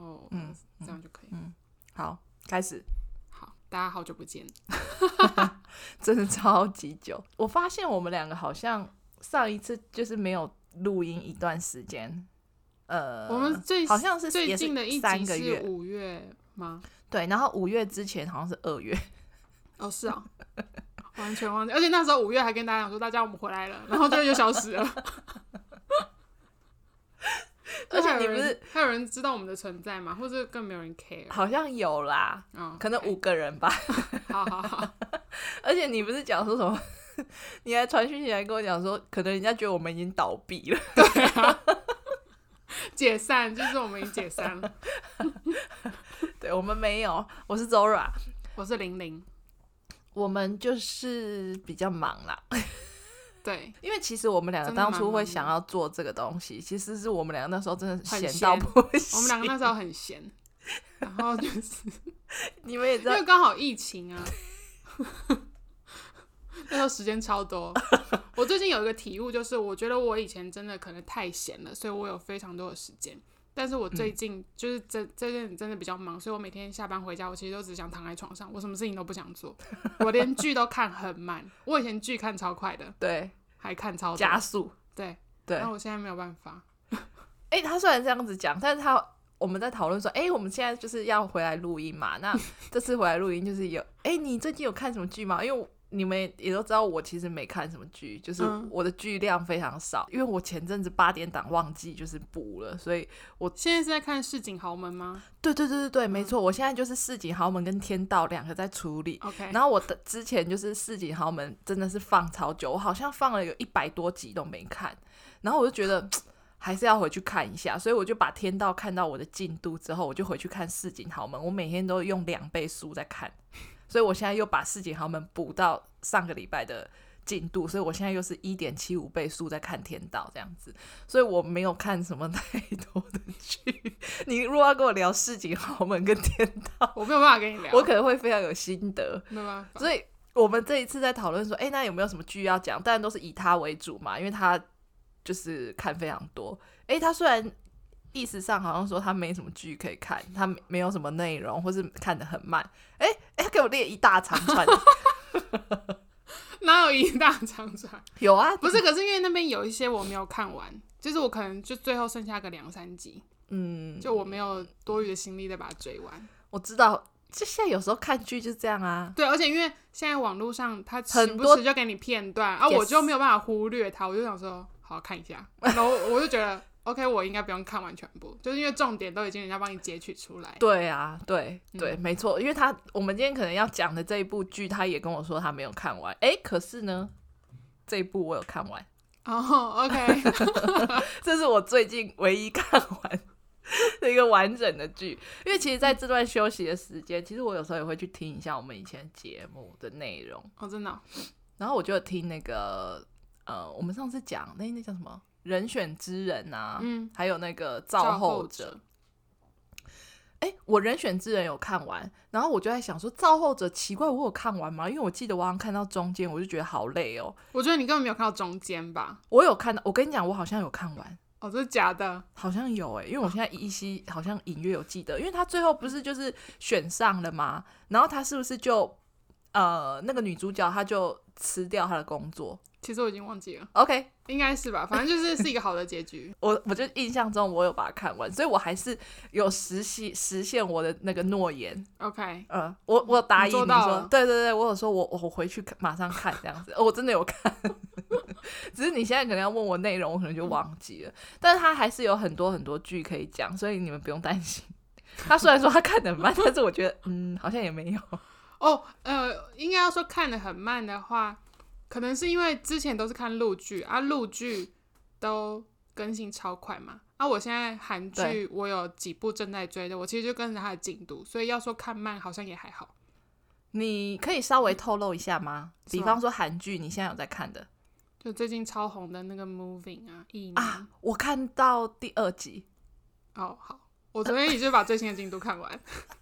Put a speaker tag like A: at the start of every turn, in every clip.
A: 嗯好，开始。
B: 好，大家好久不见。
A: 真的超级久。我发现我们两个好像上一次就是没有录音一段时间，呃，
B: 我们最
A: 好像是
B: 最
A: 也
B: 近的一
A: 是
B: 集
A: 三个
B: 是
A: 月，
B: 五月吗？
A: 对，然后五月之前好像是二月，
B: 哦，是 啊、完全忘记。而且那时候五月还跟大家讲说，大家我们回来了，然后就又消失 了。
A: 而且
B: 还有
A: 你不
B: 人
A: 是
B: 还有人知道我们的存在吗？或者更没有人 care？
A: 好像有啦，
B: 嗯，
A: 可能
B: OK
A: 五个人吧。
B: 好好好，
A: 而且你不是讲说什么？ 你还传讯息来跟我讲说，可能人家觉得我们已经倒闭了，
B: 啊解散就是我们已经解散了。
A: 对我们没有。我是 Zora，
B: 我是玲玲，
A: 我们就是比较忙啦，
B: 对，
A: 因为其实我们两个
B: 真的
A: 当
B: 蛮
A: 初会
B: 忙的
A: 想要做这个东西，其实是我们两个那时候真的
B: 很
A: 闲到
B: 闲
A: 不行。
B: 我们两个那时候很闲，然后就是
A: 你们也知
B: 因
A: 道
B: 为，刚好疫情啊， 那时候时间超多。我最近有一个体悟，就是我觉得我以前真的可能太闲了，所以我有非常多的时间。但是我最
A: 嗯
B: 近就是这这阵子真的比较忙，所以我每天下班回家，我其实都只想躺在床上，我什么事情都不想做，我连剧都看很慢。我以前剧看超快的，
A: 对
B: 还看超多
A: 加，速，
B: 对，
A: 对。
B: 那
A: 哎、
B: 我现在没有办法。
A: 他虽然这样子讲，但是他我们在讨论说，哎、我们现在就是要回来录音嘛。 那这次回来录音就是有，哎、你最近有看什么剧吗？因为你们也都知道，我其实没看什么剧，就是
B: 嗯
A: 我的剧量非常少，因为我前阵子八点档忘记就是补了，所以
B: 现在是在看《市井豪门》吗
A: 对对对对对，
B: 嗯
A: 没错，我现在就是《市井豪门》跟《天道》两个在处理。
B: ？OK，
A: 然后我的之前就是《市井豪门》，真的是放超久，我好像放了有一百多集都没看，然后我就觉得还是要回去看一下，所以我就把《天道》看到我的进度之后，我就回去看《市井豪门》，我每天都用两倍速在看，所以我现在又把《市井豪门》补到上个礼拜的。进度，所以我现在又是一点七五倍速在看《天道》这样子，所以我没有看什么太多的剧。你如果要跟我聊《市井豪门》跟《天道》，
B: 我没有办法跟你聊，
A: 我可能会非常有心得。
B: 没有办法。
A: 所以我们这一次在讨论说，哎、那有没有什么剧要讲？当然都是以他为主嘛，因为他就是看非常多。哎、他虽然意识上好像说他没什么剧可以看，他没没有什么内容，或是看得很慢。哎、哎、他给我列一大长 串，
B: 哪有一大长串？
A: 有啊，
B: 不是，可是因为那边有一些我没有看完，就是我可能就最后剩下个两三集，
A: 嗯，
B: 就我没有多余的心力再把它追完。
A: 我知道，就现在有时候看剧就是这样啊。
B: 对，而且因为现在网络上它时
A: 很
B: 不
A: 多
B: 时就给你片段啊，
A: Yes
B: 我就没有办法忽略它，我就想说好看一下，然后我就觉得 OK，我应该不用看完全部，就是因为重点都已经人家帮你截取出来。
A: 对啊，对对，
B: 嗯
A: 没错，因为他我们今天可能要讲的这一部剧，他也跟我说他没有看完。哎、可是呢，这一部我有看完。
B: 哦、o k
A: 这是我最近唯一看完的一个完整的剧，因为其实在这段休息的时间，其实我有时候也会去听一下我们以前节目的内容，
B: 哦，真的哦、
A: 然后我就有听那个呃，我们上次讲那那叫什么《人选之人》 啊，
B: 嗯，
A: 还有那个《
B: 造
A: 造后者》
B: 者，
A: 哎、我《人选之人》有看完，然后我就在想说，《造后者》奇怪，我有看完吗？因为我记得我好像看到中间，我就觉得好累哦。
B: 我觉得你根本没有看到中间吧？
A: 我有看到，我跟你讲，我好像有看完。
B: 哦，这是假的。
A: 好像有欸诶、因为我现在依稀好像隐约有记得，因为他最后不是就是选上了吗？然后他是不是就呃那个女主角她就辞掉她的工作
B: 其实我已经忘记了，
A: ？OK，
B: 应该是吧，反正就是是一个好的结局。
A: 我我就印象中我有把它看完，所以我还是有实现实现我的那个诺言。
B: OK，
A: 嗯，我我有答应
B: 你
A: 你
B: 做
A: 说，
B: 到了
A: 对对对，我有说我我回去看马上看这样子，哦我真的有看， 只是你现在可能要问我内容，我可能就忘记了。但是他还是有很多很多剧可以讲，所以你们不用担心。 他虽然说他看得很慢，但是我觉得嗯，好像也没有。
B: 哦，呃，应该要说看的很慢的话，可能是因为之前都是看陆剧啊，陆剧都更新超快嘛。啊，我现在韩剧
A: 对
B: 我有几部正在追的，我其实就跟着它的进度，所以要说看慢好像也还好。
A: 你可以稍微透露一下吗？
B: 什么
A: 比方说韩剧，你现在有在看的
B: 就最近超红的那个 Moving 啊，异能、
A: 啊？我看到第二集，
B: 哦，好，我昨天也就把最新的进度看完，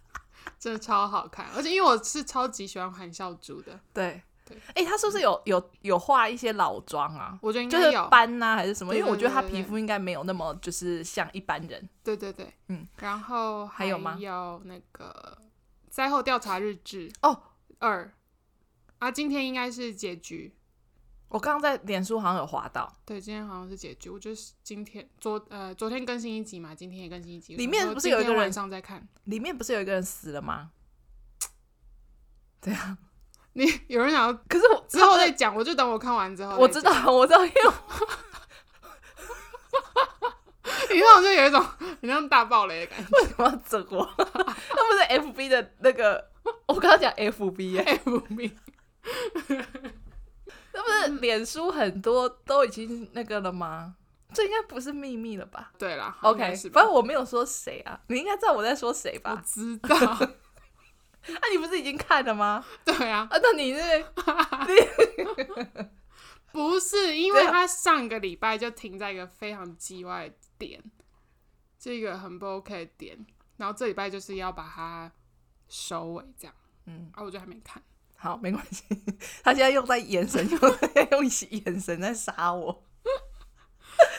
B: 真的超好看，而且因为我是超级喜欢韩孝珠的，
A: 对
B: 对，
A: 哎、他是不是有有有化一些老妆啊？
B: 我觉得应
A: 就
B: 该
A: 是
B: 有，
A: 斑呐、还是什么？
B: 对
A: 因为我觉得他
B: 对对对
A: 皮肤应该没有那么就是像一般人。
B: 对对对，
A: 嗯，
B: 然后
A: 还有吗
B: 有那个灾后调查日志
A: 哦
B: 二啊，今天应该是结局。
A: 我刚刚在脸书好像有滑到，
B: 对，今天好像是结局。我就是今天昨呃昨天更新一集嘛，今天也更新一集。
A: 里面
B: 我
A: 不是
B: 今
A: 有一
B: 天
A: 个
B: 晚
A: 人
B: 上再看？
A: 里面不是有一个人死了吗？对啊，
B: 你有人想要
A: 可是我
B: 之后
A: 他
B: 再
A: 们
B: 讲，我就等我看完之后。
A: 我知，道，我知道，因为我
B: 因为我就有一种 很像大爆雷的感觉。
A: 为什么要整我？那不是 FB 的那个，我刚刚讲 FB 耶、
B: 不明
A: 那不是脸书很多都已经那个了吗？这应该不是秘密了吧
B: 对啦应该
A: ？OK，
B: 是吧
A: 反正我没有说谁啊，你应该知道我在说谁
B: 我
A: 吧？
B: 知道，
A: 啊，你不是已经看了吗？
B: 对啊，
A: 啊，那你是
B: 不是，因
A: 啊
B: 为他上个礼拜就停在一个非常叽歪的点，这个很不 OK 的点，然后这礼拜就是要把它收尾这样，
A: 嗯，
B: 啊，我就还没看，
A: 好，没关系。他现在用在眼神，用在用眼神在杀我。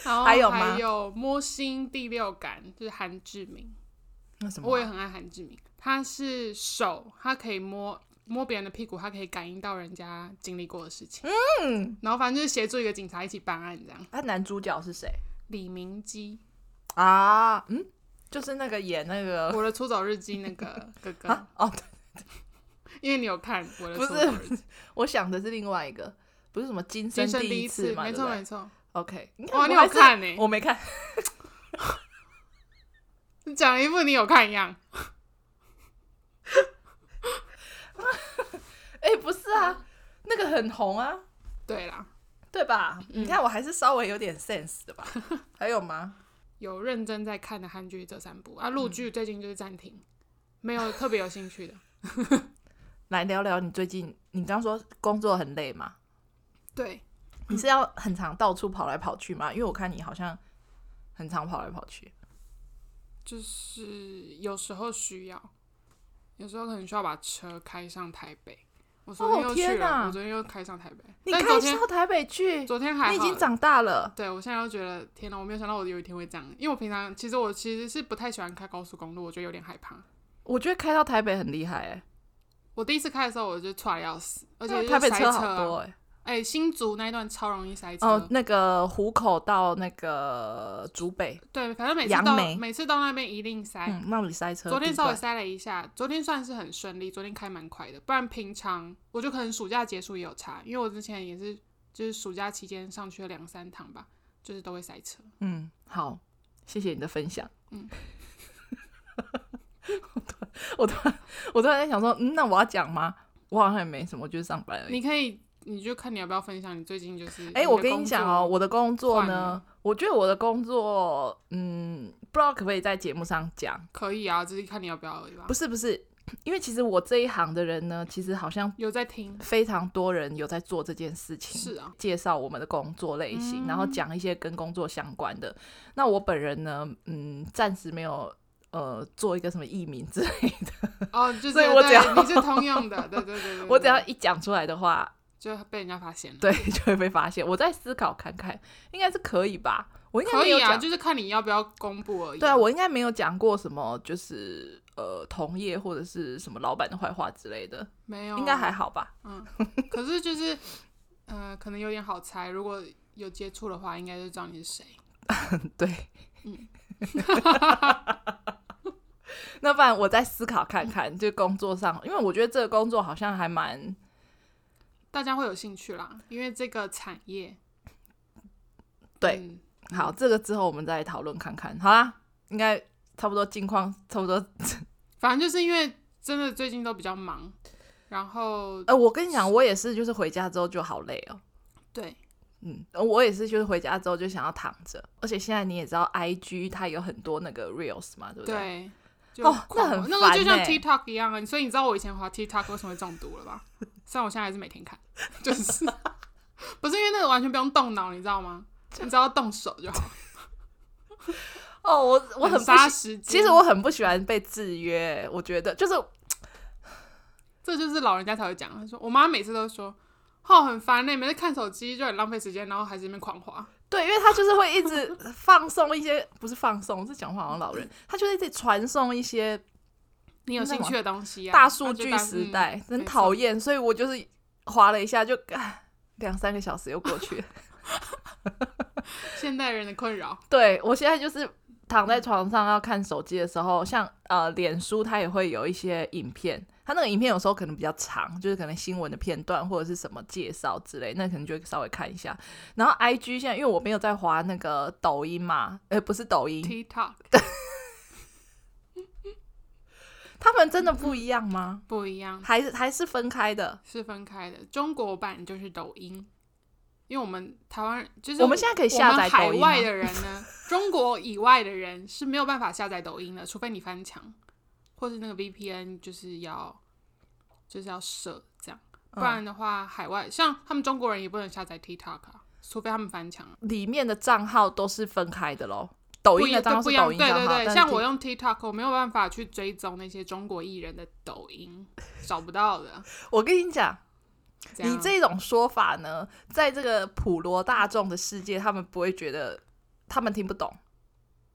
B: 然后
A: 还
B: 还
A: 有吗
B: 有摸心第六感，就是韩志明，
A: 那什啊
B: 我也很爱韩志明，他是手，他可以摸。摸别人的屁股，他可以感应到人家经历过的事情。
A: 嗯，
B: 然后反正就是协助一个警察一起办案这样。
A: 那啊男主角是谁
B: 李明 基，
A: 啊？嗯，就是那个演那个
B: 我的出走日记那个哥哥
A: 啊，哦，对
B: 因为你有看我的
A: 不
B: 出
A: 是
B: 走日记。
A: 我想的是另外一个，不是什么今生
B: 人生
A: 第
B: 第
A: 一
B: 一
A: 次嘛？
B: 没
A: 对不
B: 错
A: 对
B: 没 错。
A: OK，你
B: 哇，
A: 我
B: 你
A: 还
B: 有
A: 是
B: 看呢、欸
A: 我没看，
B: 你讲了一副你有看一样。
A: 哎、不是啊，那个很红啊，
B: 对啦，
A: 对吧？
B: 嗯
A: 你看我还是稍微有点 sense 的吧？还有吗？
B: 有认真在看的韩剧这三部啊，陆剧最近就是暂停，没有特别有兴趣的。
A: 来聊聊你最近，你刚说工作很累嘛？
B: 对，
A: 你是要很常到处跑来跑去吗？因为我看你好像很常跑来跑去。
B: 就是有时候需要，有时候可能需要把车开上台北。我
A: 哦
B: 昨天又去
A: 天
B: 了，
A: 哪
B: 我昨天又开上台北。
A: 你
B: 但昨
A: 开
B: 天
A: 到台北去，
B: 昨天还好
A: 你已经长大了。
B: 对我现在又觉得天哪，我没有想到我有一天会这样，因为我平常其实我其实是不太喜欢开高速公路，我觉得有点害怕。
A: 我觉得开到台北很厉害哎、
B: 我第一次开的时候我就踹要死，而且
A: 因为
B: 就
A: 台北
B: 塞
A: 车
B: 车
A: 好
B: 啊
A: 多哎、
B: 哎、新竹那一段超容易塞车。
A: 哦，那个湖口到那个竹北，
B: 对，反正每次
A: 杨
B: 到
A: 梅
B: 每次到那边一定塞。
A: 嗯，那里塞车。
B: 昨天稍微
A: 地段
B: 塞了一下，昨天算是很顺利，昨天开蛮快的。不然平常我就可能暑假结束也有差，因为我之前也是就是暑假期间上去了两三趟吧，就是都会塞车。
A: 嗯，好，谢谢你的分享。
B: 嗯
A: 我突然，我突然，我突然在想说，嗯，那我要讲吗？我好像也没什么，就是上班而已。
B: 你可以，你就看你要不要分享你最近就是
A: 哎、
B: 的
A: 我跟
B: 工
A: 你讲
B: 作
A: 哦，，我的工作
B: 换
A: 呢
B: 了，
A: 我觉得我的工作，嗯，不知道可不可以在节目上讲？
B: 可以啊，只是看你要不要而已吧
A: 不。是，不是，因为其实我这一行的人呢，其实好像
B: 有在听，
A: 非常多人有在做这件事情。
B: 是啊，
A: 介绍我们的工作类
B: 嗯
A: 型，然后讲一些跟工作相关的。那我本人呢，嗯，暂时没有呃做一个什么艺名之类的，
B: 哦，就是
A: 所以我只
B: 对
A: 要
B: 你是通用的，对对对对对
A: 我只要一讲出来的话，
B: 就被人家发现了。
A: 对， 就会被发现。我再思考看看，应该是可以吧？我应该
B: 可
A: 没有
B: 以
A: 讲，
B: 啊，就是看你要不要公布而已。
A: 对啊，我应该没有讲过什么，就是呃同业或者是什么老板的坏话之类的，
B: 没有，
A: 应该还好吧？
B: 嗯， 可是就是，呃，可能有点好猜。如果有接触的话，应该就知道你是谁。
A: 对，
B: 嗯
A: 那不然我再思考看看，就工作上，因为我觉得这个工作好像还蛮。
B: 大家会有兴趣啦，因为这个产业。
A: 对
B: 嗯
A: 好，这个之后我们再讨论看看。好啦，应该差不多近况，差不多。
B: 反正就是因为真的最近都比较忙，然后
A: 呃，我跟你讲，我也是，就是回家之后就好累哦。
B: 对
A: 嗯，呃我也是，就是回家之后就想要躺着。而且现在你也知道，I G 它有很多那个 reels 嘛，对不对？
B: 对。就
A: 哦
B: 狂
A: 那很
B: 那个就像
A: 烦欸
B: TikTok 一样啊，所以你知道我以前滑 TikTok 为什么会中毒了吧？虽然我现在还是每天看， 就是不是因为那个完全不用动脑，你知道吗？你只要动手就好，
A: 哦，我我很不
B: 杀
A: 喜，
B: 时间。
A: 其实我很不喜欢被制约。我觉得就是
B: 这就是老人家才会讲。啊他说，我妈每次都说，哦，很烦呢、每次看手机就很浪费时间，然后还是那边狂滑。
A: 对，因为他就是会一直放送一些，不是放送，是讲话好像老人，他就会一直传送一些
B: 你有兴趣的东西啊，
A: 大
B: 那
A: 数
B: 就
A: 据
B: 大
A: 时
B: 嗯
A: 代真
B: 没错
A: 讨厌，所以我就是划了一下就，唉两三个小时又过去了。
B: 现代人的困扰。
A: 对我现在就是躺在床上要看手机的时候，像呃，脸书它也会有一些影片，它那个影片有时候可能比较长，就是可能新闻的片段或者是什么介绍之类，那可能就会稍微看一下。然后 I G 现在因为我没有在滑那个抖音嘛，呃，不是抖音，
B: TikTok
A: 他们真的不一样吗？
B: 不一样，
A: 还是还是分开的？
B: 是分开的。中国版就是抖音，因为我们台湾人就是
A: 我们现在可以下载
B: 我们
A: 抖
B: 海
A: 音
B: 外
A: 吗？
B: 的人呢，中国以外的人是没有办法下载抖音的，除非你翻墙，或是那个 VPN 就是要就是要设这样，不然的话，海外像他们中国人也不能下载 TikTok 啊，除非他们翻墙啊。
A: 里面的账号都是分开的喽，抖
B: 不一
A: 音的
B: 样，
A: 账
B: 对
A: 号
B: 不
A: 是
B: 一样，
A: 抖音
B: 对
A: 账号，
B: 对
A: 但
B: 对，
A: 是
B: 像我用 TikTok，我没有办法去追踪那些中国艺人的抖音，找不到的。
A: 我跟你讲，
B: 样
A: 你这种说法呢，在这个普罗大众的世界，他们不会觉得他们听不懂，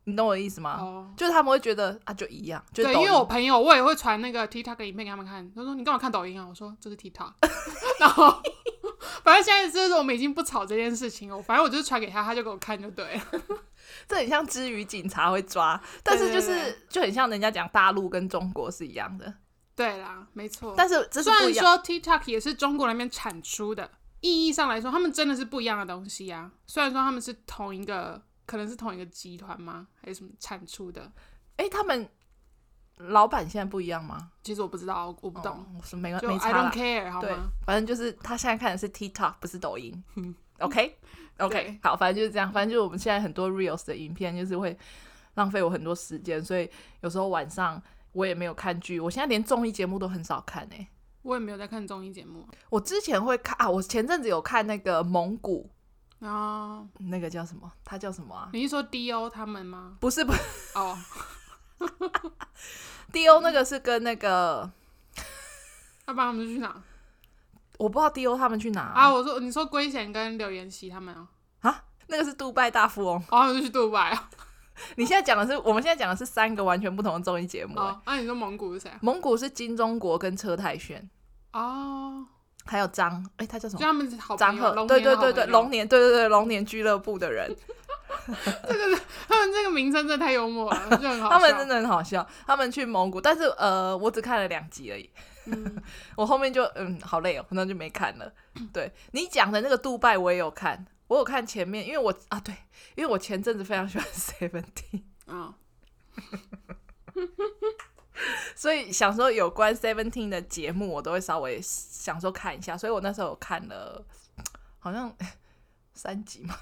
A: 你懂我的意思吗？
B: 哦，
A: 就是他们会觉得啊，就一样，就
B: 对，
A: 抖
B: 因
A: 音
B: 为我朋友我也会传那个 TikTok 的影片给他们看，他说你干嘛看抖音啊？我说这是 TikTok，然后 反正现在就是我们已经不吵这件事情了，反正我就是传给他，他就给我看就对了。
A: 这很像之于警察会抓，但是就是
B: 对对
A: 就很像人家讲大陆跟中国是一样的，
B: 对啦，没错。
A: 但是这是
B: 虽
A: 不
B: 然
A: 一样。
B: 说 TikTok 也是中国那边产出的，意义上来说，他们真的是不一样的东西啊。虽然说他们是同一个，可能是同一个集团吗？还是什么产出的？
A: 哎、他们老板现在不一样吗？
B: 其实我不知道，我不懂。
A: 哦，我说没关
B: 就
A: 没
B: I
A: 差
B: don't
A: 啦，
B: care 好
A: 对
B: 吗？
A: 反正就是他现在看的是 TikTok，不是抖 音。OK OK，
B: 对
A: 好，反正就是这样。反正就是我们现在很多 Reels 的影片，就是会浪费我很多时间，所以有时候晚上我也没有看剧。我现在连综艺节目都很少看诶、
B: 我也没有在看综艺节目
A: 我之前会看啊，我前阵子有看那个蒙古，
B: 然后
A: 那个叫什么？它叫什么啊？
B: 你是说 D O 他们吗？
A: 不是不是
B: 哦，
A: ，D.O 那个是跟那个
B: 要不然他们是去哪
A: 我不知道 D.O 他们去哪
B: 啊？我说你说龟贤跟刘妍希他们啊？
A: 啊那个是杜拜大富翁。
B: 哦，他们是去杜拜啊？
A: 你现在讲的是我们现在讲的是三个完全不同的综艺节目、欸。
B: 哦，那、你说蒙古是谁啊？
A: 蒙古是金钟国跟车太铉，
B: 哦，
A: 还有张哎、他叫什
B: 就
A: 么？
B: 他们是好
A: 张
B: 朋
A: 赫
B: 友，龙，
A: 对
B: 年的
A: 对
B: 好
A: 对
B: 朋
A: 对，
B: 友
A: 龙年，对对对龙年俱乐部的人，
B: 他们这个名称真的太幽默了，就 很好笑。
A: 他们真的很好笑。他们去蒙古，但是呃，我只看了两集而已，
B: 嗯，
A: 我后面就嗯好累哦，那就没 看了。对你讲的那个杜拜我也有看，我有看前面，因为我啊对，因为我前阵子非常喜欢 Seventeen，
B: 啊、
A: 所以想说有关 Seventeen 的节目，我都会稍微想说看一下，所以我那时候有看了，好像 三集嘛，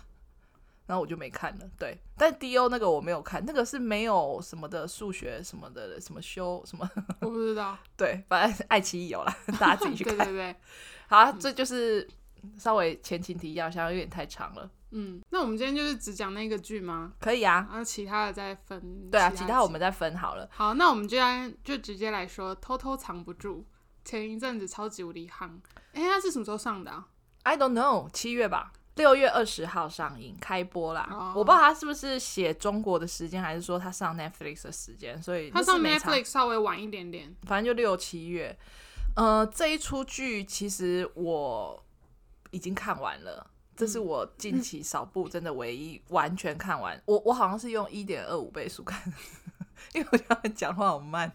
A: 然后我就没看了。对，但 D.O 那个我没有看，那个是没有什么的数学什么的什么修什么，
B: 我不知道，
A: 对，反正爱奇艺有啦，大家自己去
B: 对
A: 看。
B: 对对，嗯
A: 好啊，这就是稍微前情提要，想有点太长了，
B: 嗯，那我们今天就是只讲那个剧吗？
A: 可以啊。
B: 然后其他的再分。
A: 对啊，
B: 其
A: 其
B: 他
A: 他我
B: 集
A: 们再分好了。
B: 好，那我们就来就直接来说，偷偷藏不住。前一阵子超级无敌夯，哎、它是什么时候上的、啊？
A: I don't know，七月吧，六月二十号上映开播啦。
B: 哦
A: 我不知道他是不是写中国的时间，还是说他上 Netflix 的时间，所以
B: 它
A: 那是
B: 上
A: 没差
B: Netflix 稍微晚一点点，
A: 反正就六七月。呃，这一出剧其实我已经看完了，这
B: 嗯
A: 是我近期少部真的唯一完全看完。我我好像是用一点二五倍速看， 因为我觉得他们讲话好慢。哦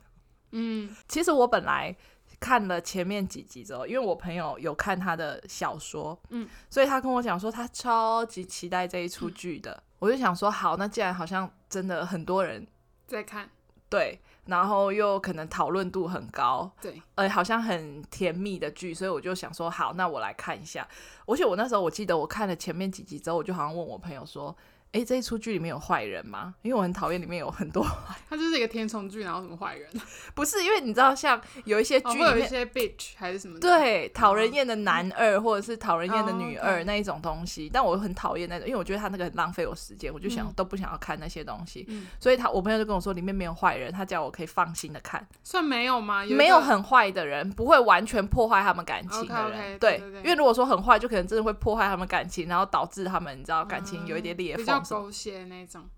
B: 嗯，
A: 其实我本来看了前面几集之后，因为我朋友有看他的小说，
B: 嗯，
A: 所以他跟我讲说他超级期待这一出剧的。我就想说，好，那既然好像真的很多人
B: 再看，
A: 对，然后又可能讨论度很高，
B: 对，
A: 呃，好像很甜蜜的剧，所以我就想说，好，那我来看一下。而且我那时候我记得我看了前面几集之后，我就好像问我朋友说。诶，这一出剧里面有坏人吗？因为我很讨厌里面有很多，
B: 它就是一个填充剧，然后什么坏人，
A: 不是因为你知道，像有一些哎剧
B: 哦，会
A: 里面、
B: 有一些 bitch 还是什么的，
A: 对，讨人厌的男二或者是讨人厌的女
B: 哦
A: 二
B: ，OK
A: 那一种东西，但我很讨厌那种，因为我觉得他那个很浪费我时间，我就想、
B: 嗯
A: 都不想要看那些东西。
B: 嗯
A: 所以他我朋友就跟我说里面没有坏人，他叫我可以放心的看，
B: 算没有吗？一
A: 没有
B: 个
A: 很坏的人，不会完全破坏他们感情的
B: OK，OK，
A: 人。
B: 对对对
A: 因为如果说很坏，就可能真的会破坏他们感情，然后导致他们你知道感情有一
B: 嗯
A: 点裂
B: 比较
A: 缝什么的
B: 狗血的那种。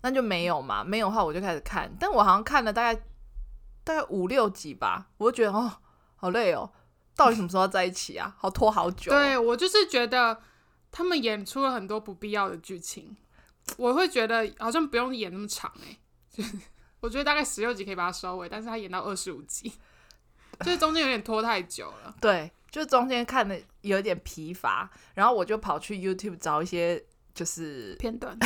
A: 那就没有嘛，没有的话我就开始看，但我好像看了大概大概五六集吧，我就觉得哦，好累哦，到底什么时候要在一起啊？好拖好久哦、
B: 对我就是觉得他们演出了很多不必要的剧情，我会觉得好像不用演那么长哎、欸， 就是我觉得大概十六集可以把它收尾，但是他演到二十五集， 就是中间有点拖太久了。
A: 对，就中间看的有点疲乏，然后我就跑去 YouTube 找一些，就是
B: 片段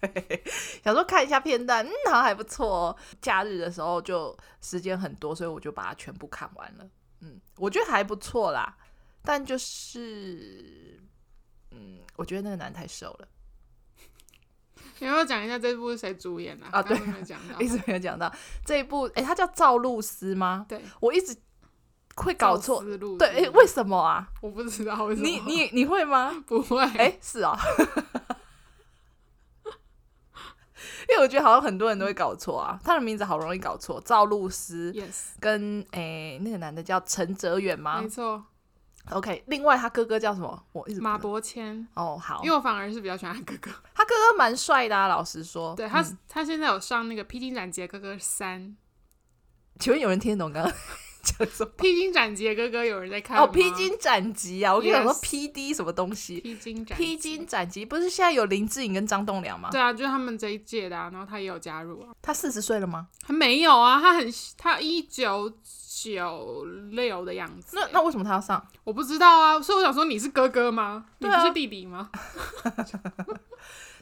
A: 对， 想说看一下片段，嗯，好像还不错哦。假日的时候就时间很多，所以我就把它全部看完了。嗯，我觉得还不错啦，但就是，嗯，我觉得那个男太瘦了，
B: 你要不要讲一下这部是谁主演啊？
A: 啊对
B: 刚刚没有讲 到
A: 一。直没有讲到这一部，诶，他叫赵露思吗？
B: 对，
A: 我一直会搞
B: 赵
A: 错，
B: 思路
A: 对，
B: 是不
A: 诶，
B: 是
A: 为什么啊？
B: 我不知道为什么。
A: 你你你会 吗？
B: 不会？
A: 哎、是啊、 因为我觉得好像很多人都会搞错啊，他的名字好容易搞错，赵露思
B: y e s
A: 跟哎、那个男的叫陈哲远吗
B: 没错，
A: ？OK，另外他哥哥叫什么？我一直不
B: 马伯谦。
A: 哦好
B: 因，为我反而是比较喜欢他哥哥，
A: 他哥哥蛮帅的、啊，老实说。
B: 对他、
A: 嗯
B: 他现在有上那个《披荆斩棘的哥哥三
A: 请问有人听得 懂刚刚讲什么》，？
B: 《披荆斩棘的哥哥》有人在看
A: 哦，
B: 吗
A: 披荆斩棘啊！我跟你讲说
B: Yes
A: ，PD 什么东西？
B: 披荆斩
A: 披荆斩棘不是现在有林志颖跟张栋梁吗？
B: 对啊，就是他们这一届的、啊，然后他也有加入啊。
A: 他四十岁了吗？
B: 他没有啊，他很他一九九六的样子。欸
A: 那那为什么他要上？
B: 我不知道啊，所以我想说你是哥哥吗？你
A: 对
B: 不
A: 啊
B: 是弟弟吗？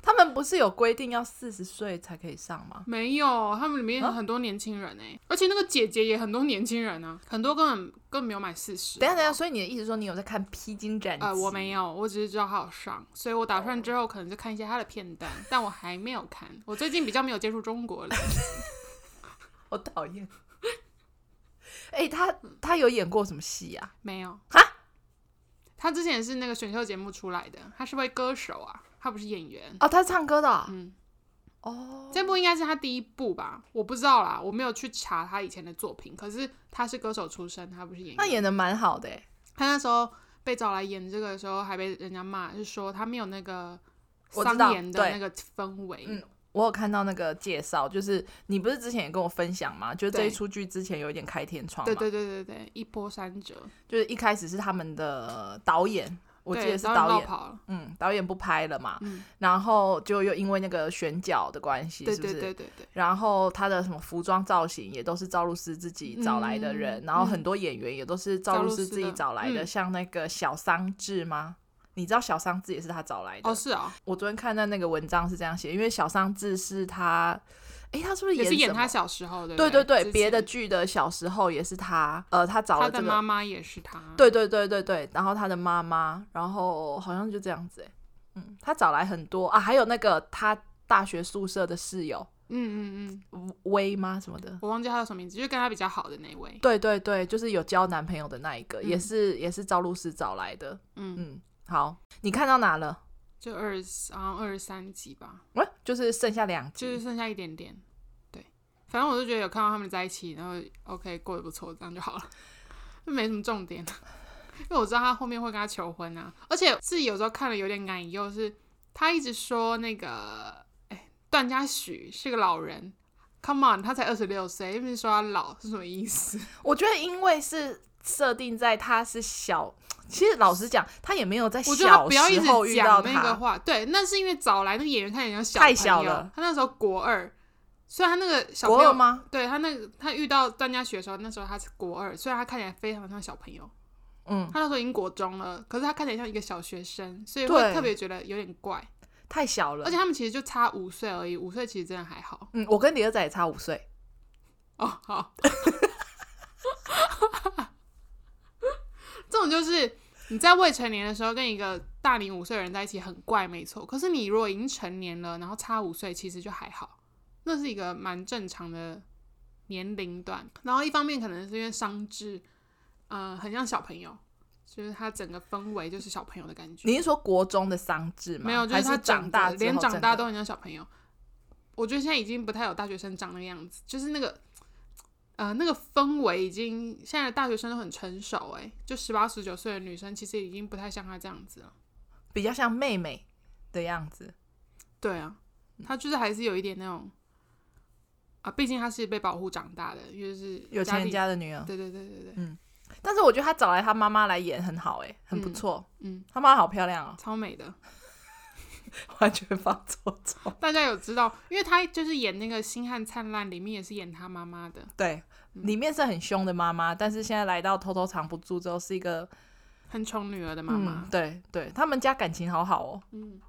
A: 他们不是有规定要四十岁才可以上吗？
B: 没有，他们里面
A: 啊
B: 很多年轻人哎、而且那个姐姐也很多年轻人啊，很多根本根本没有满四十。
A: 等一下，等一下，所以你的意思说你有在看《披荆斩棘》？
B: 呃，我没有，我只是知道他有上，所以我打算之后可能就看一些他的片段，但我还没有看。我最近比较没有接触中国了，
A: 好讨厌。 哎、他他有演过什么戏啊？
B: 没有
A: 哈。
B: 他之前是那个选秀节目出来的，他是位歌手啊，他不是演员。
A: 哦，他是唱歌的啊、
B: 嗯，
A: 哦。
B: 这部应该是他第一部吧，我不知道啦，我没有去查他以前的作品。可是他是歌手出身，他不是演
A: 那
B: 员。
A: 演的蛮好的、欸，
B: 他那时候被找来演这个的时候，还被人家骂，是说他没有那个
A: 我知
B: 桑
A: 道
B: 岩的
A: 对
B: 那个氛围。
A: 嗯我有看到那个介绍，就是你不是之前也跟我分享吗？就是这
B: 对
A: 一出剧之前有一点开天窗嘛，
B: 对对对对对，一波三折。
A: 就是一开始是他们的导演，我记
B: 对
A: 得是
B: 导
A: 导
B: 绕
A: 演，
B: 跑了。
A: 嗯，导演不拍了嘛，
B: 嗯
A: 然后就又因为那个选角的关系，
B: 对
A: 是不
B: 对
A: 是？
B: 对对对，
A: 然后他的什么服装造型也都是赵露思自己找来的人，
B: 嗯
A: 然后很多演员也都是赵露思自己找来
B: 赵露思
A: 的，
B: 的嗯
A: 像那个小桑稚吗？你知道小桑稚也是他找来的。
B: 哦是哦，
A: 我昨天看到那个文章是这样写，因为小桑稚是他，诶，他是不是
B: 也
A: 演
B: 是演
A: 什么
B: 他？小时候的，
A: 对
B: 对
A: 对
B: 不
A: 对，
B: 之
A: 别的
B: 前
A: 剧的小时候也是他，呃，他找
B: 他
A: 了这
B: 的
A: 个，
B: 妈妈也是他，，
A: 对对对对对，然后他的妈妈，然后好像就这样子、诶，嗯，他找来很多啊，还有那个他大学宿舍的室友
B: 嗯嗯嗯，
A: 薇吗什么的，
B: 我忘记他叫什么名字，就是跟他比较好的那位，
A: 对对对，就是有交男朋友的那一个，
B: 嗯
A: 也是也是赵露思找来的。
B: 嗯，
A: 嗯，好，你看到哪了？
B: 就二十好像二十三集吧，
A: 喂、就是剩下两
B: 就是
A: 集。
B: 剩下一点点，对，反正我就觉得有看到他们在一起，然后 OK 过得不错，这样就好了， 就没什么重点， 因为我知道他后面会跟他求婚啊，而且自己有时候看了有点难以又是他一直说那个，哎，段嘉许是个老人。Come on，他才二十六岁，一直说他老是什么意 思？
A: 我觉得因为是设定在他是小，其实老实讲，他也没有在
B: 我觉得他
A: 小
B: 不要一
A: 时
B: 直
A: 候遇到
B: 讲那个
A: 他。
B: 话，对，那是因为找来那个演员看起来像小
A: 太
B: 朋
A: 小
B: 友
A: 了，
B: 他那时候国二，虽然他那个小朋
A: 国
B: 友
A: 二？吗？
B: 对他那个他遇到段嘉许的时候，那时候他是国二，虽然他看起来非常像小朋友，
A: 嗯，
B: 他那时候已经国中了，可是他看起来像一个小学生，所以会
A: 对
B: 特别觉得有点怪。
A: 太小
B: 而
A: 了
B: 且。他们其实就差五岁而已，五岁其实真的还好。
A: 嗯，我跟李二仔也差五岁。
B: 哦，好， 这种就是你在未成年的时候跟一个大你五岁的人在一起很怪，没错。可是你如果已经成年了，然后差五岁，其实就还好，那是一个蛮正常的年龄段。然后一方面可能是因为商智，呃，很像小朋友，就是他整个氛围就是小朋友的感觉。
A: 你是说国中的桑稚吗？
B: 没有，就
A: 还
B: 他
A: 是
B: 长
A: 长大之后
B: 连长
A: 整
B: 大
A: 个
B: 都很像小朋友。我觉得现在已经不太有大学生长那个样子，就是那个呃那个氛围已经现在的大学生都很成熟哎、就十八十九岁的女生其实已经不太像她这样子了。
A: 比较像妹妹的样子。
B: 嗯对啊，她就是还是有一点那种啊，毕竟他是被保护长大的，就是
A: 有钱人
B: 里
A: 家的女儿。
B: 对对对对对，
A: 但是我觉得他找来他妈妈来演很好、欸，哎，很不错。
B: 嗯，
A: 他妈好漂亮 哦、
B: 超美的。
A: 完全放错错。
B: 大家有知道，因为他就是演那个《星汉灿烂》里面也是演他妈妈的，
A: 对，
B: 嗯
A: 里面是很凶的妈妈，但是现在来到偷偷藏不住之后，是一个
B: 很宠女儿的妈妈
A: 嗯、。对对，他们家感情好好哦、
B: 嗯，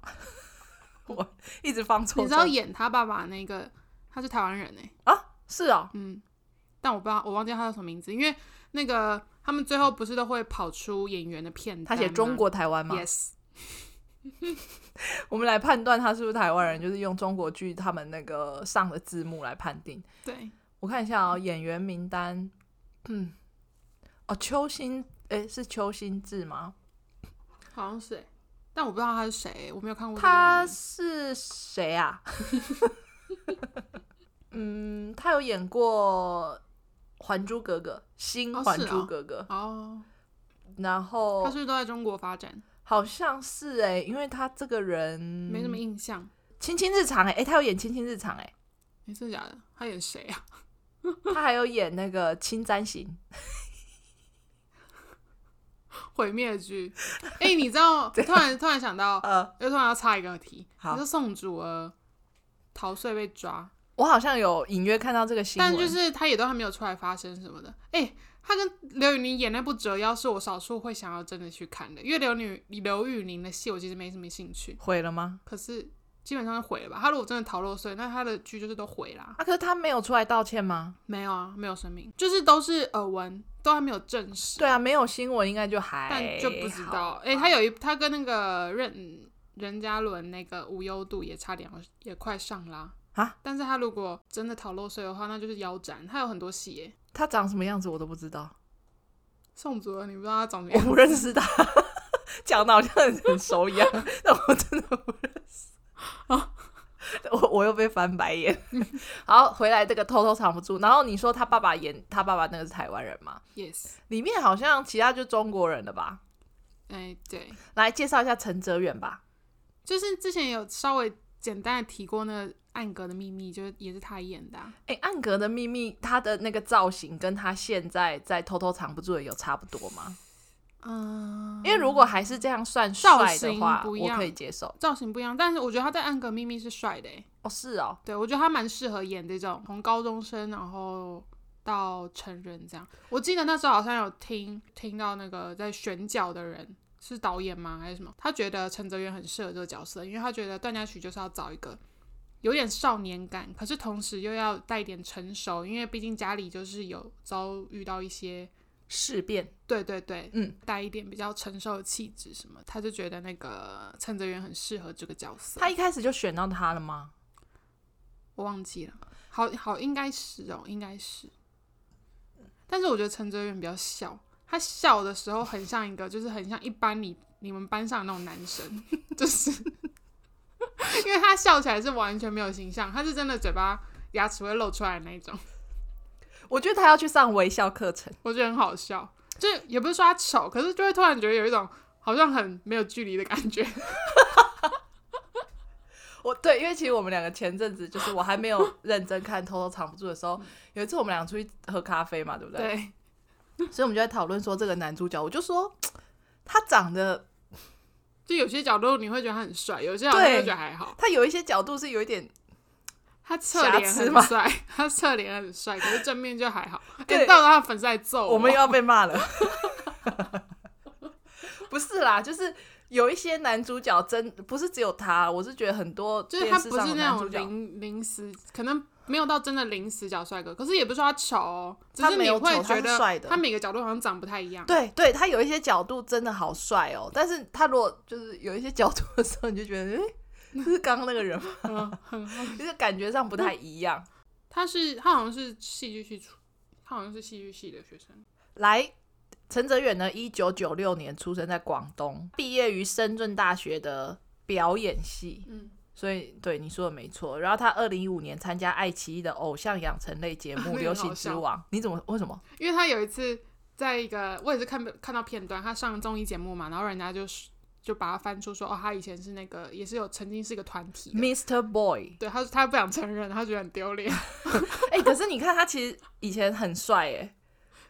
A: 一直放 错。
B: 你知道演他爸爸那个他是台湾人哎、
A: 是哦、
B: 嗯，但我不知道我忘记他叫什么名字，因为那个他们最后不是都会跑出演员的片
A: 他
B: 段吗，
A: 写中国台湾嘛
B: ，yes，
A: 我们来判断他是不是台湾人，就是用中国剧他们那个上的字幕来判定。
B: 对，
A: 我看一下
B: 嗯
A: 哦、演员名单，嗯，哦，邱心，诶、是邱心志吗？
B: 好像是、欸，但我不知道他是谁欸、我没有看过这个
A: 他
B: 演员
A: 是谁啊？ 嗯，他有演过《还珠格格》新
B: 哦
A: 《
B: 是哦
A: 还珠格格》
B: 哦，
A: 然
B: 他
A: 后
B: 是不是都在中国发展？
A: 好像是诶、因为他这个人
B: 没什么印象，
A: 亲亲日常诶、诶欸他有演亲亲日常诶、
B: 你、真的假的？他演谁啊？
A: 他还有演那个《青簪行》。
B: 毁灭剧。哎、你知 道？突然突然想到，
A: 呃，
B: 又突然要插一个题，
A: 好
B: 你说宋祖儿逃税被抓，
A: 我好像有隐约看到这个新闻，
B: 但就是他也都还没有出来发声什么的。哎、他跟刘宇宁演那部《折腰》是我少数会想要真的去看的，因为刘女刘宇宁的戏我其实没什么兴趣，
A: 毁了吗？
B: 可是基本上是毁了吧。他如果真的逃漏税，那他的剧就是都毁啦。
A: 啊，可是他没有出来道歉吗？
B: 没有啊，没有声明，就是都是耳闻，都还没有证实。
A: 对啊，没有新闻应该就还
B: 但就不知
A: 好
B: 道。哎、他有一他跟那个任任嘉伦那个无忧度也差点要也快上啦
A: 啊！
B: 但是他如果真的逃漏税的话，那就是腰斩。他有很多戏耶，
A: 他长什么样子我都不知道，
B: 宋祖儿你不知道他长什么
A: 我
B: 样
A: 不认识他，讲的好像很熟一样， 但我真的不认识
B: 啊。
A: 我我又被翻白眼， 好，回来这个偷偷藏不住。然后你说他爸爸演他爸爸那个是台湾人嘛？
B: ？Yes，
A: 里面好像其他就中国人了吧？
B: 哎、对，
A: 来介绍一下陈哲远吧。
B: 就是之前有稍微简单的提过那个《暗格的秘密》，就是也是他演的啊、
A: 哎、暗格的秘密，他的那个造型跟他现在在偷偷藏不住的有差不多吗？
B: 嗯，
A: 因为如果还是这样算
B: 造
A: 帅的
B: 型
A: 话，
B: 不一
A: 我
B: 样
A: 可以接受。
B: 造型不一样，但是我觉得他在《暗格秘密》是帅的耶。欸
A: 哦，是哦，
B: 对，我觉得他蛮适合演这种从高中生然后到成人这样。我记得那时候好像有听听到那个在选角的人是导演吗还是什么，他觉得陈哲远很适合这个角色，因为他觉得段嘉许就是要找一个有点少年感，可是同时又要带一点成熟，因为毕竟家里就是有遭遇到一些。
A: 事变
B: 对对对，
A: 嗯，
B: 带一点比较成熟的气质什么，他就觉得那个陈哲远很适合这个角色。
A: 他一开始就选到他了吗？
B: 我忘记了，好好应该是哦，应该是。但是我觉得陈哲远比较笑，他笑的时候很像一个，就是很像一般你你们班上的那种男生， 就是因为他笑起来是完全没有形象，他是真的嘴巴牙齿会露出来的那一种，
A: 我觉得他要去上微笑课程。
B: 我觉得很好笑。就是也不是说他丑，可是就会突然觉得有一种好像很没有距离的感觉。
A: 我对，因为其实我们两个前阵子就是我还没有认真看《偷偷藏不住》的时
B: 嗯
A: 候，有一次我们俩出去喝咖啡嘛，对不对？
B: 对，
A: 所以我们就在讨论说这个男主角，我就说他长得
B: 就有些角度你会觉得他很帅，有些角度你
A: 对
B: 会觉得还好。
A: 他有一些角度是有一点
B: 他侧脸
A: 瑕疵
B: 很
A: 吗
B: 帅，他侧脸很帅，可是正面就还好。哎、
A: 对
B: 到时候他粉丝来揍
A: 我们又要被骂了。 不是啦，就是有一些男主角真不是只有他，我是觉得很多
B: 就是他
A: 电视
B: 不
A: 上
B: 是
A: 的
B: 那
A: 男
B: 种
A: 主角
B: 零零死，可能没有到真的零死角帅哥，可是也不是说他丑、哦，只
A: 他
B: 是
A: 没
B: 你
A: 有
B: 会
A: 丑他
B: 觉
A: 是
B: 得
A: 帅的
B: 他每个角度好像长不太一样。
A: 对对，他有一些角度真的好帅哦，但是他如果就是有一些角度的时候，你就 觉得，诶，这是刚刚那个人吗？
B: 嗯，很好。
A: 就是感觉上不太一样。
B: 他是他好像是戏剧系出，他好像是戏剧系的学生。
A: 来，陈哲远呢，一九九六年出生在广东，毕业于深圳大学的表演系，
B: 嗯，
A: 所以对你说的没错。然后他二零一五年参加爱奇艺的偶像养成类节
B: 那
A: 目《
B: 个
A: 流
B: 好
A: 行之
B: 笑
A: 王》，你怎么为什么？
B: 因为他有一次在一个我也是看看到片段，他上综艺节目嘛，然后人家就是就把它翻出说，哦，他以前是那个也是有曾经是一个团体的。
A: Mr. Boy，
B: 对，他他不想承认，他觉得很丢脸，
A: 哎、可是你看他其实以前很帅哎，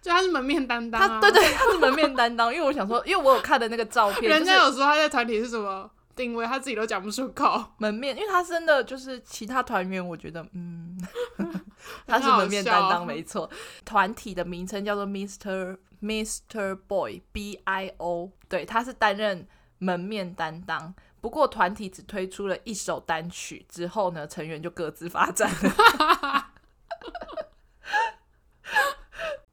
B: 就他是门面担当、
A: 他
B: 啊。
A: 对对，他是门面担当，因为我想说，因为我有看的那个照片，
B: 人家
A: 就是
B: 有说他在团体是什么定位，他自己都讲不出口。
A: 门面，因为他真的就是其他团员，我觉得嗯，他是
B: 很好
A: 门面担
B: 笑
A: 当没错。团体的名称叫做 Mr. Mr. Boy B I O，对，他是担任门面担当。不过团体只推出了一首单曲之后呢，成员就各自发展了。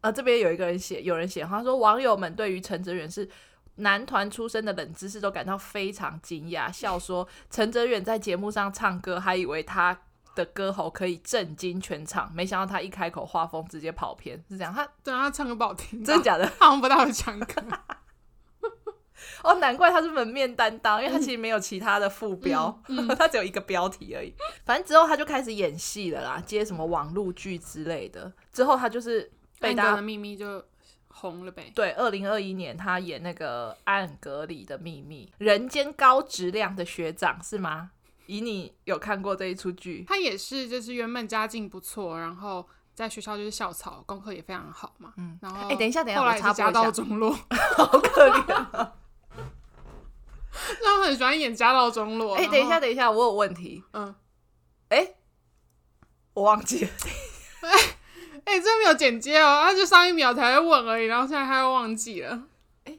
A: 呃，这边有一个人写，有人写，他说网友们对于陈哲远是男团出身的冷知识都感到非常惊讶，笑说陈哲远在节目上唱歌，还以为他的歌喉可以震惊全场，没想到他一开口，画风直接跑偏，是这样。他
B: 对，啊他唱歌不好听，
A: 真的假的？
B: 他好像不大会唱歌。
A: 哦，难怪他是门面担当，因为他其实没有其他的副标，
B: 嗯
A: 他只有一个标题而已。反正之后他就开始演戏了啦，接什么网络剧之类的。之后他就是 被
B: 安
A: 大
B: 格
A: 家
B: 的秘密就红了呗。
A: 对，二零二一年他演那个《暗格里的秘密》，人间高质量的学长是吗？以你有看过这一出剧？
B: 他也是，就是原本家境不错，然后在学校就是校草，功课也非常好嘛。嗯，然后
A: 哎等一下等一下
B: 后来也
A: 我插
B: 是
A: 播一下
B: 家道中落，
A: 好可怜。啊
B: 他们很喜欢演家道中落。哦
A: 哎、
B: 然后
A: 等一下，，等一下，我有问题。
B: 嗯，
A: 哎、我忘记了。
B: 哎、这没有剪接哦，他就上一秒才会问而已，然后现在他又忘记了。
A: 哎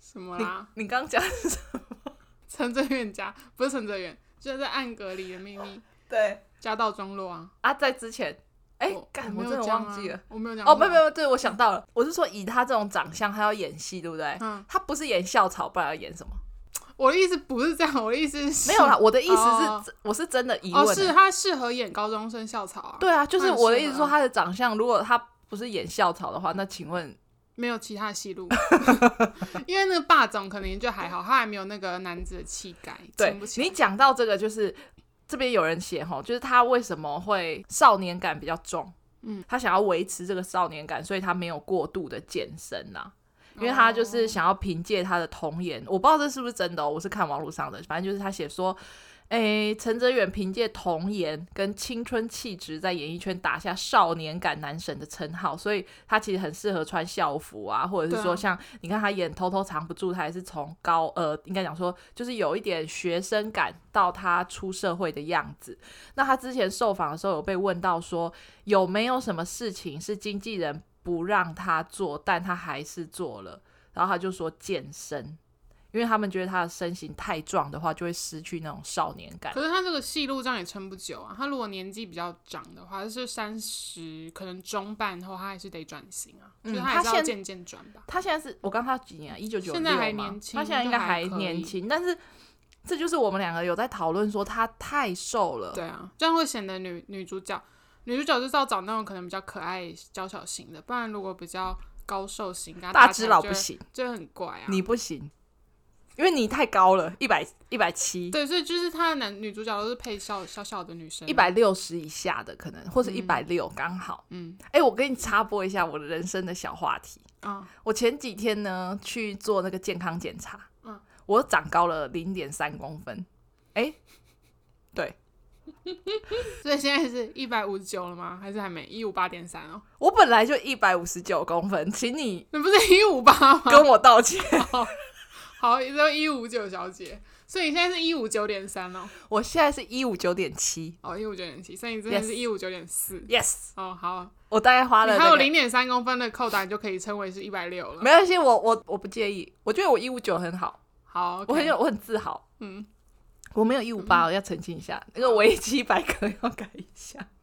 B: 什么啦？
A: 你 刚讲的是什么
B: 陈哲远家不是陈哲远，就是在暗格里的秘密，
A: 对
B: 家道中落啊。
A: 啊，在之前，哎、
B: 我
A: 干，
B: 我没
A: 我真
B: 有
A: 的
B: 讲
A: 忘记
B: 啊
A: 了。，
B: 我没有讲
A: 哦，没有
B: 话
A: 没有，对，我想到了，我是说以他这种长相，他要演戏，对不对？
B: 嗯，
A: 他不是演校草，不然要演什么？
B: 我的意思不是这样，我的意思是
A: 没 有啦，我的意思是，
B: 哦
A: 我是真的疑问、啊
B: 哦，是他适合演高中生校草啊，
A: 对啊，就是
B: 很
A: 我的
B: 适
A: 意思
B: 合
A: 说，
B: 啊
A: 他的长相，如果他不是演校草的话，那请问，
B: 没有其他戏路， 因为那个霸总可能就还好，他还没有那个男子的气概，
A: 对
B: 撑不起来
A: 你讲到这个，就是这边有人写吼，就是他为什么会少年感比较重？
B: 嗯，
A: 他想要维持这个少年感，所以他没有过度的健身啊。因为他
B: 哦
A: 就是想要凭借他的童颜，我不知道这是不是真的、哦，我是看网络上的，反正就是他写说，诶，陈哲远凭借童颜跟青春气质，在演艺圈打下少年感男神的称号，所以他其实很适合穿校服啊，或者
B: 对
A: 是
B: 啊
A: 说像你看他演《偷偷藏不住》，他也是从高呃，应该讲说就是有一点学生感到他出社会的样子。那他之前受访的时候有被问到说，有没有什么事情是经纪人不让他做，但他还是做了？然后他就说健身，因为他们觉得他的身形太壮的话，就会失去那种少年感。
B: 可是他这个戏路这样也撑不久啊。他如果年纪比较长的话，就是三十可能中半后，他还是得转型啊，
A: 嗯
B: 就是还是
A: 他
B: 要
A: 现
B: 渐渐转吧。
A: 他现在是我刚他几年、啊？一九九六
B: 现在还年轻
A: 他现在应该还
B: 就还可以
A: 年轻，但是这就是我们两个有在讨论说他太瘦了。
B: 对啊，这样会显得女女主角，女主角就是要找那种可能比较可爱、娇小型的，不然如果比较高瘦型，跟她
A: 大
B: 搭起来
A: 只佬
B: 啊就
A: 不
B: 会，
A: 行，
B: 就很怪啊。
A: 你不行，因为你太高了，一百一百七。
B: 对，所以就是她的男女主角都是配小小小的女生，啊
A: 一百六十以下的可能，或
B: 嗯
A: 者一百六刚好。嗯，哎、我跟你插播一下我的人生的小话题。
B: 啊，
A: 我前几天呢去做那个健康检查，
B: 嗯
A: 我长高了零点三公分。哎、对
B: 所以现在是一百五十九了吗？还是还没一五八点三哦？
A: 我本来就一百五十九公分，请你
B: 那不是一五八吗？
A: 跟我道歉。
B: 好，也就一五九小姐，所以你现在是一五九点三哦，
A: 我现在是一五九点七
B: 哦一五九点七，所以你之前是一五九点四。
A: ，yes，
B: 哦，好，
A: 我大概花
B: 你
A: 了、那
B: 还有
A: 个
B: 零点三公分的扣打，你就可以称为是一百六了。
A: 没关系，我我我不介意，我觉得我一五九很好
B: 好，OK，
A: 我很有我很自豪。
B: 嗯，
A: 我没有一五八，哦我要澄清一下，那个维基百科要改一下。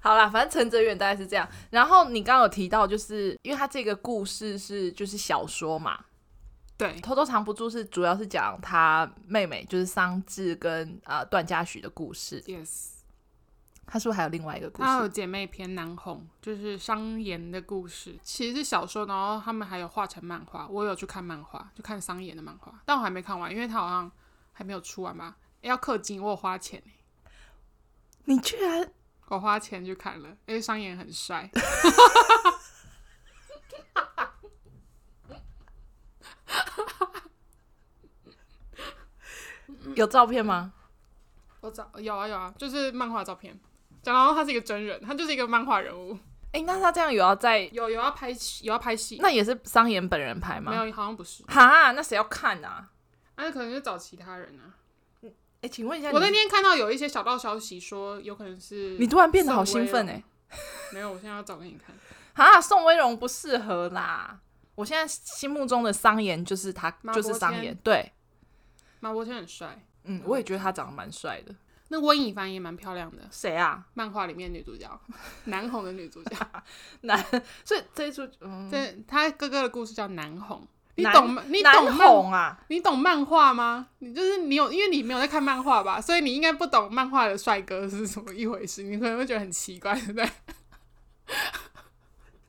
A: 好啦，反正陈哲远大概是这样。然后你刚刚有提到，就是因为他这个故事是就是小说嘛，
B: 对
A: 《偷偷藏不住》是主要是讲他妹妹就是桑稚跟呃段嘉许的故事。
B: ，yes。
A: 他是不是还有另外一个故
B: 她有
A: 事？
B: 姐妹篇南红，就是商言的故事，其实是小说，然后他们还有画成漫画。我有去看漫画，就看商言的漫画，但我还没看完，因为他好像还没有出完吧，诶要氪金，我有花钱、欸、
A: 你居然
B: 我花钱去看了，因为商言很帅。嗯
A: 有照片吗？
B: 我找有啊有啊，就是漫画照片。讲到他是一个真人，他就是一个漫画人物，
A: 哎、那他这样有要在，
B: 有有要拍戏，有要拍戏，
A: 那也是桑岩本人拍
B: 没
A: 吗？
B: 有好像不是，
A: 哈，那谁要看啊？
B: 那、可能是找其他人啊。
A: 哎、请问一下你，
B: 我那天看到有一些小道消息说，有可能是
A: 你突然变得好兴奋哎、
B: 没有，我现在要找给你看。
A: 啊，宋威龙不适合啦。我现在心目中的桑岩就是他，
B: 马
A: 就是
B: 伯
A: 桑
B: 骞
A: 岩。对，
B: 马伯骞很帅，
A: 嗯，我也觉得他长得蛮帅的。
B: 那温以凡也蛮漂亮的，
A: 谁啊？
B: 漫画里面女主 角，南红的女主角。
A: 所以这一出，嗯，
B: 这她哥哥的故事叫南红，你
A: 南
B: 懂吗？你
A: 难
B: 懂漫？
A: 哄啊？
B: 你懂漫画吗？你就是你有，因为你没有在看漫画吧，所以你应该不懂漫画的帅哥是什么一回事，你可能会觉得很奇怪，对不 对？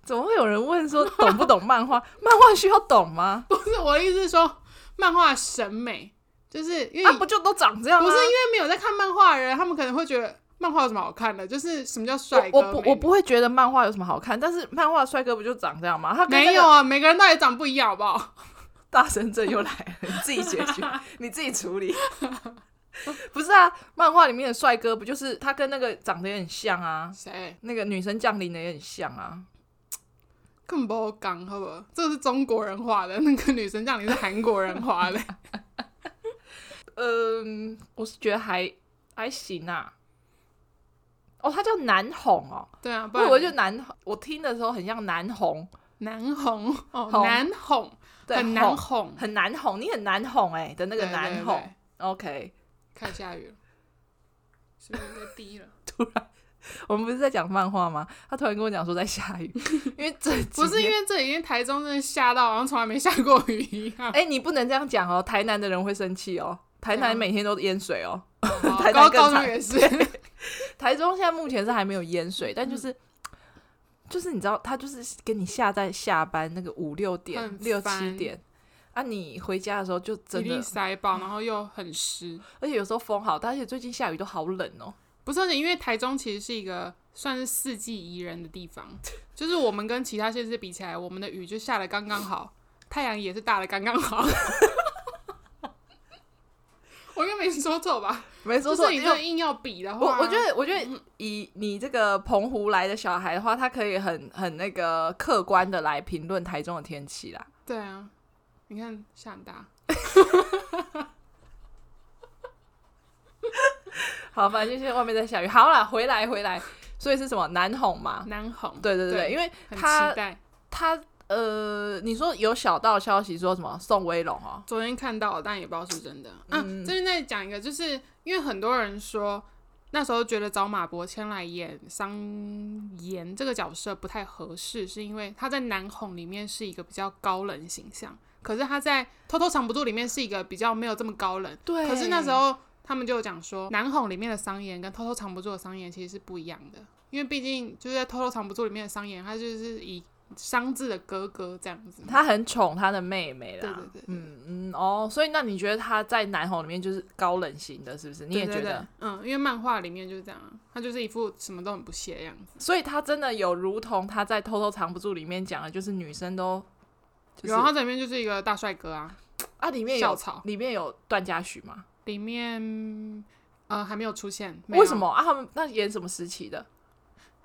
A: 怎么会有人问说懂不懂漫画？ 漫画需要懂吗？
B: 不是我的意思是说，漫画审美就是因为、
A: 啊，不就都长这样吗？
B: 不是因为没有在看漫画的人，他们可能会觉得漫画有什么好看的？就是什么叫帅哥？
A: 我我
B: 美
A: 不我不会觉得漫画有什么好看，但是漫画帅哥不就长这样吗？他跟那
B: 没有
A: 个
B: 啊，每个人到底长不一样，好不好？
A: 大深圳又来了，你自己解决， 你自己处理。不是啊，漫画里面的帅哥不就是他跟那个长得也很像啊，
B: 谁
A: 那个女神降临的也很像啊。
B: 更不好讲，好不好？这是中国人画的，那个女生叫你是韩国人画 的，
A: 嗯，我是觉得还还行啊。哦，他叫南红哦，
B: 对啊，不
A: 我以为就
B: 然
A: 南，我听的时候很像南红，
B: 南红哦，
A: 红
B: 南红
A: 对，
B: 很难
A: 红
B: 哄，
A: 很难哄，你很难哄哎、的那个
B: 对
A: 难，
B: 对
A: 哄。
B: 对
A: OK，
B: 开始下雨了，是不是应该低了？
A: 我们不是在讲漫画吗？他突然跟我讲说在下 雨，因为这
B: 不是因
A: 为
B: 为这几天台中真的下到好像从来没下过雨一 样，
A: 哎、你不能这样讲哦，台南的人会生气哦，台
B: 对啊
A: 南每天都淹水哦，
B: 好
A: 台
B: 高
A: 南更
B: 高中
A: 惨
B: 也是，
A: 台中现在目前是还没有淹水，但就是。
B: 嗯
A: 就是你知道，他就是给你下在下班那个五六点
B: 很、
A: 六七
B: 烦
A: 点啊，你回家的时候就
B: 一
A: 真
B: 定
A: 的，
B: 塞爆，然后又很湿。
A: 而且有时候风好大，而且最近下雨都好冷哦。
B: 不是，而且因为台中其实是一个算是四季宜人的地 方，就是我们跟其他县市比起来，我们的雨就下的刚刚好，太阳也是大的刚刚好。 我应该没说错吧？
A: 没
B: 就
A: 说错，
B: 是你
A: 因
B: 这
A: 为
B: 硬要比的话，嗯
A: 我我觉得，我觉得以你这个澎湖来的小孩的话，他可以很很那个客观的来评论台中的天气啦。
B: 对啊，你看下很大，
A: 好，反正就是外面在下雨。好啦，回来回来，所以是什么南红嘛？
B: 南红，
A: 对对对，因为
B: 很
A: 他
B: 期待。
A: 他呃，你说有小道消息说什么宋威龙哦，
B: 昨天看到，但也不知道是不是真的。啊，这边再讲一个，就是因为很多人说那时候觉得找马伯骞来演桑延这个角色不太合适，是因为他在《南红》里面是一个比较高冷形象，可是他在《偷偷藏不住》里面是一个比较没有这么高冷。
A: 对
B: 可是那时候他们就有讲说，《南红》里面的桑延跟《偷偷藏不住》的桑延其实是不一样的，因为毕竟就是在《偷偷藏不住》里面的桑延，他就是以桑字的哥哥这样子。
A: 他很宠他的妹妹啦。
B: 对对对对
A: 嗯嗯哦，所以那你觉得他在南红里面就是高冷型的，是不是？你也觉得？
B: 对对对嗯，因为漫画里面就是这样啊，他就是一副什么都很不屑的样子。
A: 所以他真的有如同他在《偷偷藏不住》里面讲的，就是女生都就是
B: 然后他里面就是一个大帅哥啊，
A: 啊，里面
B: 校
A: 有
B: 草
A: 里面有段嘉许吗？
B: 里面呃还没有出现，没有
A: 为什？么啊？他们那演什么时期的？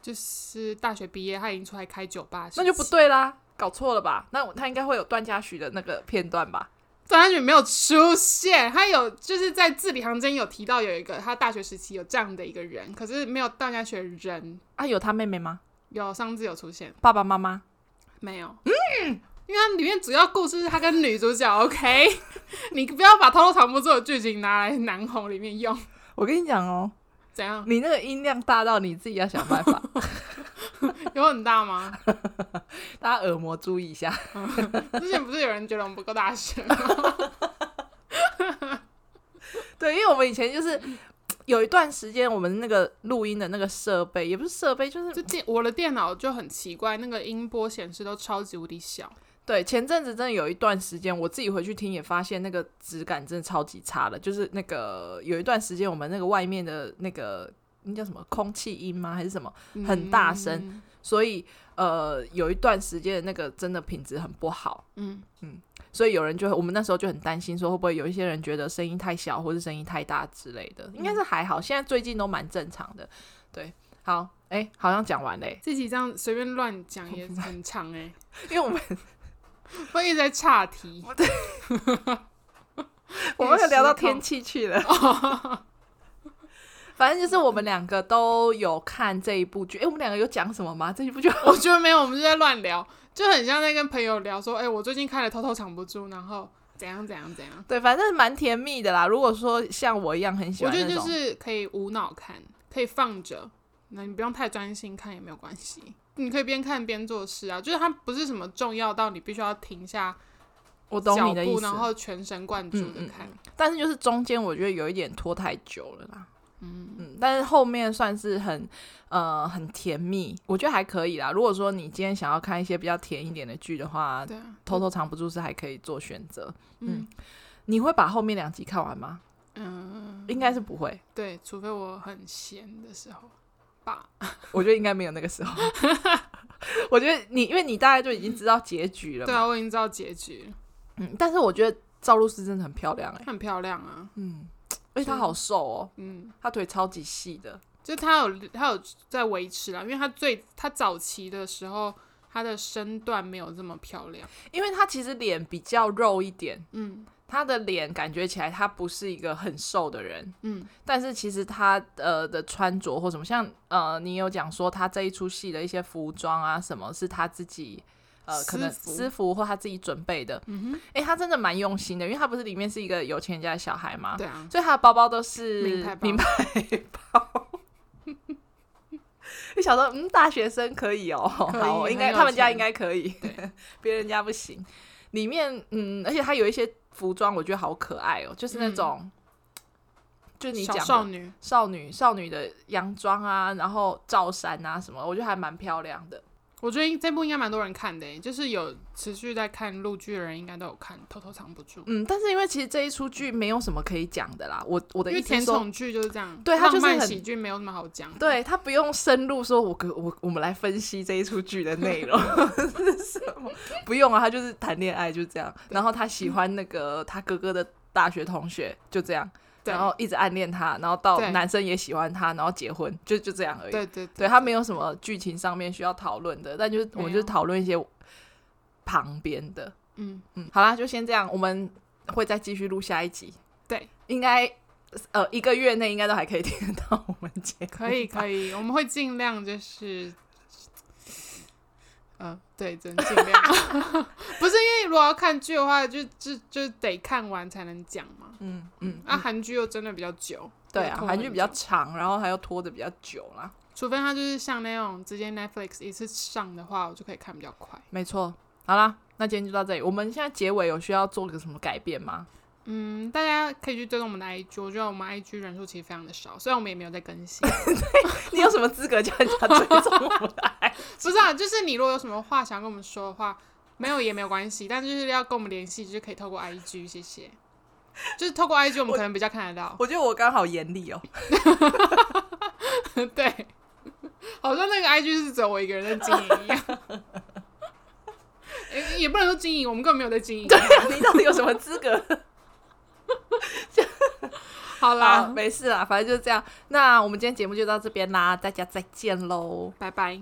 B: 就是大学毕业他已经出来开酒吧，
A: 那就不。对啦，搞错了吧？那我他应该会有段嘉许的那个片段吧？
B: 张安雪没有出现，他有就是在字里行间有提到有一个他大学时期有这样的一个人，可是没有段家雪人
A: 啊，有他妹妹吗？
B: 有上次有出现，
A: 爸爸妈妈？
B: 没有，嗯，因为它里面主要故事是他跟女主角，OK，你 不要把《偷偷藏不住》的剧情拿来南红里面用，
A: 我跟你讲哦，
B: 怎样？
A: 你那个音量大到你自己要想办法，
B: 有很大吗？
A: 大家耳膜注意一下。
B: 之前不是有人觉得我们不够大声 吗？
A: 对，因为我们以前就是有一段时间，我们那个录音的那个设备也不是设备，就是
B: 就电我的电脑就很奇怪，那个音波显示都超级无敌小，
A: 对，前阵子真的有一段时间，我自己回去听也发现那个质感真的超级差的，就是那个有一段时间我们那个外面的那个那叫什么空气音吗？还是什么？
B: 嗯
A: 很大声，所以呃，有一段时间的那个真的品质很不好。
B: 嗯
A: 嗯，所以有人就我们那时候就很担心，说会不会有一些人觉得声音太小或是声音太大之类的。应该是还好，现在最近都蛮正常的。对，好，哎、好像讲完嘞、
B: 自己这样随便乱讲也很长哎、
A: 因为我们
B: 会一直在岔题。
A: 我们有聊到天气去 了。哦反正就是我们两个都有看这一部剧，哎、我们两个有讲什么吗？这一部剧
B: 我觉得没有，我们就在乱聊，就很像在跟朋友聊说，哎、我最近看了《偷偷藏不住》，然后怎样怎样怎样。
A: 对，反正蛮甜蜜的啦。如果说像我一样很喜
B: 我
A: 欢
B: 觉
A: 那
B: 得
A: 种，
B: 就是可以无脑看，可以放着，那你不用太专心看也没有关系，你可以边看边做事啊。就是它不是什么重要到你必须要停下
A: 我懂
B: 脚
A: 你的意
B: 步，
A: 思嗯
B: 然。后全神贯注的看。
A: 但是就是中间我觉得有一点拖太久了啦。嗯但是后面算是很呃很甜蜜，我觉得还可以啦。如果说你今天想要看一些比较甜一点的剧的话，
B: 对啊，
A: 偷偷藏不住是还可以做选择。
B: 嗯
A: 你会把后面两集看完吗？
B: 嗯，
A: 应该是不会，
B: 对，除非我很闲的时候吧。
A: 我觉得应该没有那个时候。 我觉得你，因为你大概就已经知道结局了
B: 对
A: 嘛。
B: 啊，我已经知道结局了，
A: 嗯，但是我觉得赵露思真的很漂亮哎、
B: 她很漂亮啊。
A: 嗯，而且她好瘦哦，
B: 嗯，
A: 她腿超级细的。
B: 就她有她有在维持啦，因为她最她早期的时候，她的身段没有这么漂亮。
A: 因为她其实脸比较肉一点，
B: 嗯
A: 她的脸感觉起来她不是一个很瘦的人，
B: 嗯，
A: 但是其实她呃的穿着或什么，像呃你有讲说她这一出戏的一些服装啊什么，是她自己。呃，可能
B: 私服
A: 私服或她自己准备的，
B: 嗯哼，
A: 诶、她真的蛮用心的，因为她不是里面是一个有钱人家的小孩嘛，
B: 对啊。
A: 所以她的包包都是
B: 名牌包
A: 名牌包。就想说，嗯，大学生可以哦，
B: 可以
A: 好，
B: 很
A: 应该
B: 有
A: 他们家
B: 钱
A: 应该可以，别人家不行。里面，嗯，而且它有一些服装，我觉得好可爱哦，就是那种，就你
B: 嗯
A: 讲
B: 小
A: 的
B: 少女，
A: 少女少女的洋装啊，然后罩衫啊什么，我觉得还蛮漂亮的。
B: 我觉得这部应该蛮多人看的耶，就是有持续在看陆剧的人应该都有看《偷偷藏不住》，
A: 嗯，但是因为其实这一出剧没有什么可以讲的啦，我我的
B: 因为
A: 意思是
B: 甜
A: 说，
B: 宠剧就是这样，
A: 对它就是
B: 浪漫
A: 很
B: 喜剧没有那么好讲。，
A: 对他不用深入说我，跟我我们来分析这一出剧的内 容是什么，不用啊，他就是谈恋爱就这样，然后他喜欢那个他哥哥的大学同学就这样，
B: 对
A: 然后一直暗恋他，然后到
B: 对
A: 男生也喜欢他，然后结婚，就就这样而已。
B: 对对
A: 对他没有什么剧情上面需要讨论的，但就是我们
B: 没
A: 就
B: 有
A: 讨论一些旁边的。
B: 嗯，
A: 嗯，好啦，就先这样，我们会再继续录下一集。
B: 对，
A: 应该呃一个月内应该都还可以听得到我们节目。
B: 可以可以，我们会尽量就是，呃，对，真尽量， 不是因为如果要看剧的话，就就就得看完才能讲嘛。
A: 嗯嗯，
B: 啊，韩剧又真的比较久，
A: 对啊，
B: 拖
A: 韩
B: 很
A: 剧比较
B: 久，
A: 长，然后还要拖的比较久啦。
B: 除非它就是像那种直接 Netflix 一次上的话，我就可以看比较快。
A: 没错，好啦，那今天就到这里。我们现在结尾有需要做个什么改变 吗？
B: 嗯，大家可以去追踪我们的 IG，我觉得我们 IG 人数其实非常的少，虽然我们也没有在更新。
A: 你有什么资格叫人家追踪我们的 IG？
B: 不是啊，就是你如果有什么话想跟我们说的话，没有也没有关系，但就是要跟我们联系，就是可以透过 IG，谢谢。就是透过 IG，我们可能比较看得到。
A: 我觉得我刚好严厉 哦。
B: 对， 好像那个 IG 是只有我一个人在经营一样。 也也不能说经营，我们根本没有在经营。
A: 对啊，你到底有什么资 格？
B: 好
A: 好，
B: 啦，
A: 没事啦，反正就是这样。那我们今天节目就到这边啦，大家再见喽。
B: 拜拜。